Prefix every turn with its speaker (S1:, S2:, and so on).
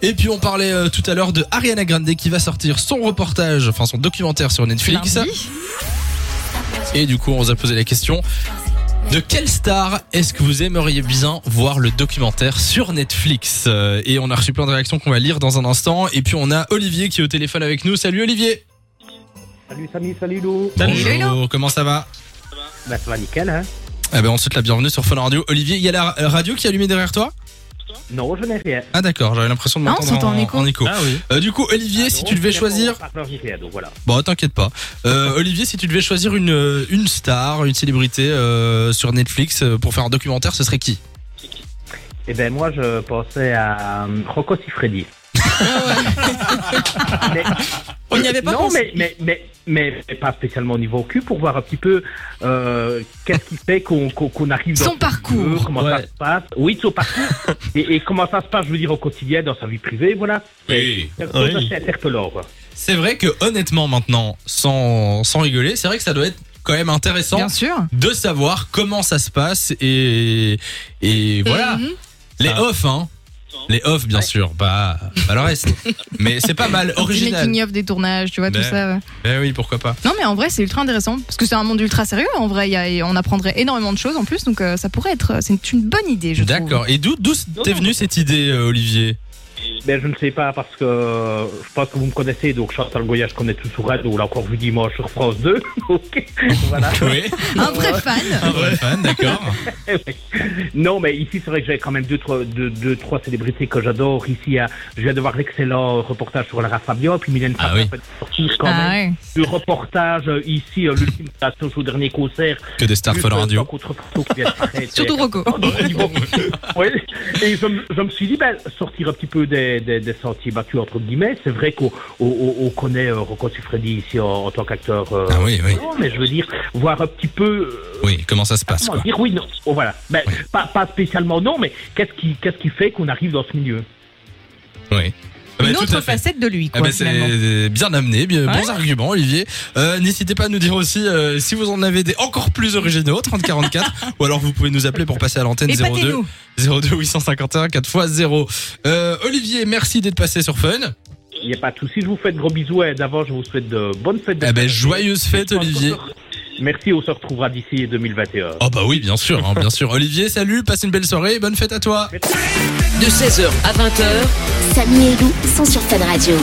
S1: Et puis on parlait euh, tout à l'heure de Ariana Grande qui va sortir son reportage, enfin son documentaire sur Netflix.
S2: Lundi.
S1: Et du coup on vous a posé la question, de quelle star est-ce que vous aimeriez bien voir le documentaire sur Netflix Euh, Et on a reçu plein de réactions qu'on va lire dans un instant. Et puis on a Olivier qui est au téléphone avec nous. Salut Olivier
S3: Salut Samy, salut Lou.
S1: Bonjour, comment ça va
S3: Bah ça va nickel hein.
S1: Eh ben on te souhaite la bienvenue sur Fun Radio. Olivier, il y a la euh, radio qui est allumée derrière toi
S3: Non, je n'ai rien.
S1: Ah d'accord, j'avais l'impression de
S2: Ah, on
S1: m'entendre
S2: s'entend en écho.
S4: Ah oui.
S1: Euh, du coup Olivier,
S3: Ah
S1: si
S3: non,
S1: tu devais
S3: je n'ai pas
S1: choisir...
S3: mon partenaire JPL, donc voilà.
S1: Bon, t'inquiète pas. Euh, Olivier, si tu devais choisir une, euh, une star, une célébrité euh, sur Netflix euh, pour faire un documentaire, ce serait qui
S3: Eh ben moi je pensais à euh, Rocco Siffredi. Mais-
S2: On n'y avait pas
S3: non,
S2: pensé.
S3: mais, mais, mais, mais pas spécialement au niveau cul pour voir un petit peu euh, qu'est-ce qui fait qu'on qu'on- qu'on arrive dans
S2: Son
S3: ce
S2: parcours.
S1: Euh,
S3: milieu, comment
S4: Ouais.
S3: ça se passe. Oui, son parcours. et, et comment ça se passe, je veux dire, au quotidien, dans sa vie privée, voilà.
S1: Oui.
S3: C'est quelque chose
S4: Oui.
S3: d'assez interpellant, quoi.
S1: C'est vrai que honnêtement maintenant, sans, sans rigoler, c'est vrai que ça doit être quand même intéressant
S2: Bien sûr.
S1: de savoir comment ça se passe et, et voilà.
S2: Mhm.
S1: Les
S4: Ah.
S1: off, hein les off, bien sûr, pas, pas le reste. Mais c'est pas mal,
S2: Des
S1: original.
S2: making of des tournages, tu vois, tout
S1: Ben.
S2: ça. ouais.
S1: Ben oui, pourquoi pas.
S2: Non, mais en vrai, c'est ultra intéressant parce que c'est un monde ultra sérieux. En vrai, il y a- et on apprendrait énormément de choses en plus, donc euh, ça pourrait être. C'est une bonne idée, je trouve.
S1: D'accord. Et d'où d'où t'es venue cette idée, euh, Olivier
S3: Ben, je ne sais pas parce que euh, je pense que vous me connaissez, donc Chantal Goya, je connais tout sur elle, donc là encore vu dimanche sur France 2. ok, voilà.
S1: Oui,
S2: Un vrai fan.
S1: un vrai fan, d'accord.
S3: Non, mais ici, c'est vrai que j'ai quand même deux trois, deux, deux, trois célébrités que j'adore. Ici, hein, je viens de voir l'excellent reportage sur Lara Fabian, puis Mylène
S1: Ah
S3: Farmer
S1: oui.
S3: va sortir quand
S2: Ah
S3: même.
S2: ouais.
S3: Le reportage euh, ici, euh, l'ultime création au dernier concert.
S1: Que des stars
S3: Juste,
S1: Fun
S3: euh,
S1: Radio.
S3: tant qu'autre photo qui vient de paraître.
S2: Surtout Rocco.
S3: Oui, et je, me- je me suis dit, ben, sortir un petit peu des, des, des sentiers battus, entre guillemets. C'est vrai qu'on on- on- on connaît euh, Rocco Siffredi ici en, en tant qu'acteur. euh,
S1: Ah oui, oui.
S3: non, mais je veux dire, voir un petit peu. euh,
S1: Oui, comment ça se passe
S3: comment
S1: quoi.
S3: dire, oui, non. Oh, voilà. Ben,
S1: Oui.
S3: pas, pas spécialement non, mais qu'est-ce qui, qu'est-ce qui fait qu'on arrive dans ce milieu
S1: Oui. Ah bah,
S2: Une
S1: tout
S2: autre
S1: à fait.
S2: facette de lui,
S1: Ah
S2: quoi.
S1: bah,
S2: finalement.
S1: c'est bien amené, bien,
S2: Ouais.
S1: bons arguments Olivier. Euh, N'hésitez pas à nous dire aussi euh, si vous en avez des encore plus originaux 3044 ou alors vous pouvez nous appeler pour passer à l'antenne
S2: Et
S1: 02
S2: nous
S1: 02 851 4x0. Euh, Olivier, merci d'être passé sur Fun. Ah
S3: Il n'y a pas de souci, je vous fais de gros bisous et d'avant, je vous souhaite de bonnes fêtes. de
S1: Eh ben
S3: fête.
S1: joyeuse fête Olivier.
S3: Merci, on se retrouvera d'ici 2021.
S1: Oh bah oui, bien sûr, hein, bien sûr. Olivier, salut, passe une belle soirée, et bonne fête à toi.
S5: de 16h à 20h.
S6: Samy et Lou sont sur Fan Radio.